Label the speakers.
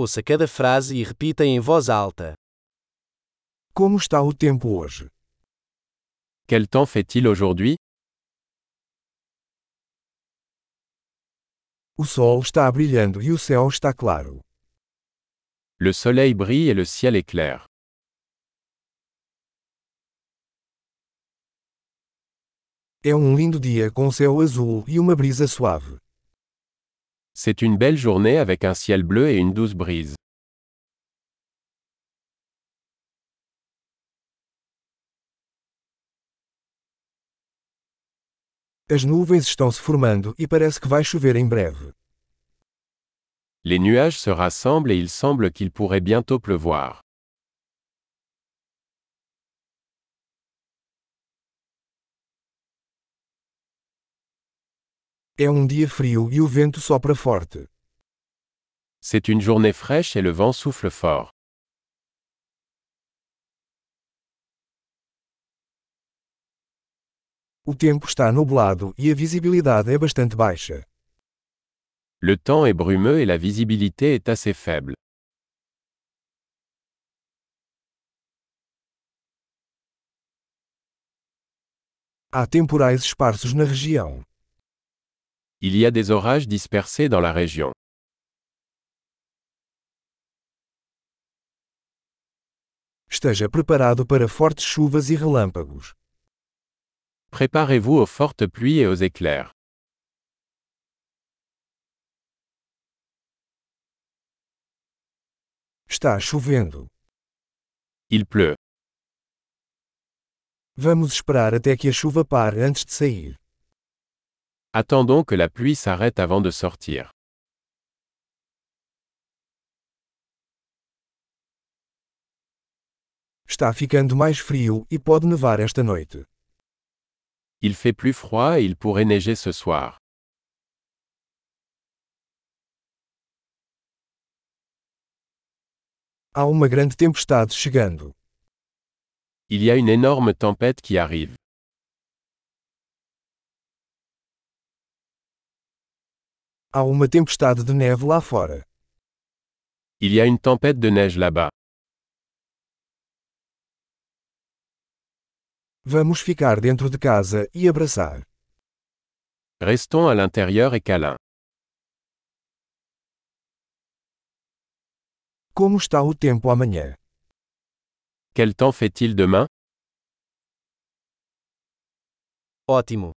Speaker 1: Ouça cada frase e repita em voz alta.
Speaker 2: Como está o tempo hoje?
Speaker 3: Quel temps fait-il aujourd'hui
Speaker 2: O sol está brilhando e o céu está claro.
Speaker 3: Le soleil brille et le ciel est clair.
Speaker 2: É um lindo dia com céu azul e uma brisa suave.
Speaker 3: C'est une belle journée avec un ciel bleu et une douce brise.
Speaker 2: As nuvens estão se formando e parece que vai chover em breve.
Speaker 3: Les nuages se rassemblent et il semble qu'il pourrait bientôt pleuvoir.
Speaker 2: É um dia frio e o vento sopra forte.
Speaker 3: C'est une journée fraîche et le vent souffle fort.
Speaker 2: O tempo está nublado e a visibilidade é bastante baixa.
Speaker 3: Le temps est brumeux et la visibilité est assez faible.
Speaker 2: Há temporais esparsos na região.
Speaker 3: Il y a des orages dispersés dans la région.
Speaker 2: Esteja preparado para fortes chuvas e relâmpagos.
Speaker 3: Préparez-vous aux fortes pluies et aux éclairs.
Speaker 2: Está chovendo.
Speaker 3: Il pleut.
Speaker 2: Vamos esperar até que a chuva pare antes de sair.
Speaker 3: Attendons que la pluie s'arrête avant de sortir.
Speaker 2: Está ficando mais frio e pode nevar esta noite.
Speaker 3: Il fait plus froid et il pourrait neiger ce soir.
Speaker 2: Há uma grande tempestade chegando.
Speaker 3: Il y a une énorme tempête qui arrive.
Speaker 2: Há uma tempestade de neve lá fora.
Speaker 3: Il y a une tempête de neige là-bas.
Speaker 2: Vamos ficar dentro de casa e abraçar.
Speaker 3: Restons à l'intérieur et câlin.
Speaker 2: Como está o tempo amanhã?
Speaker 3: Quel temps fait-il demain
Speaker 1: Ótimo!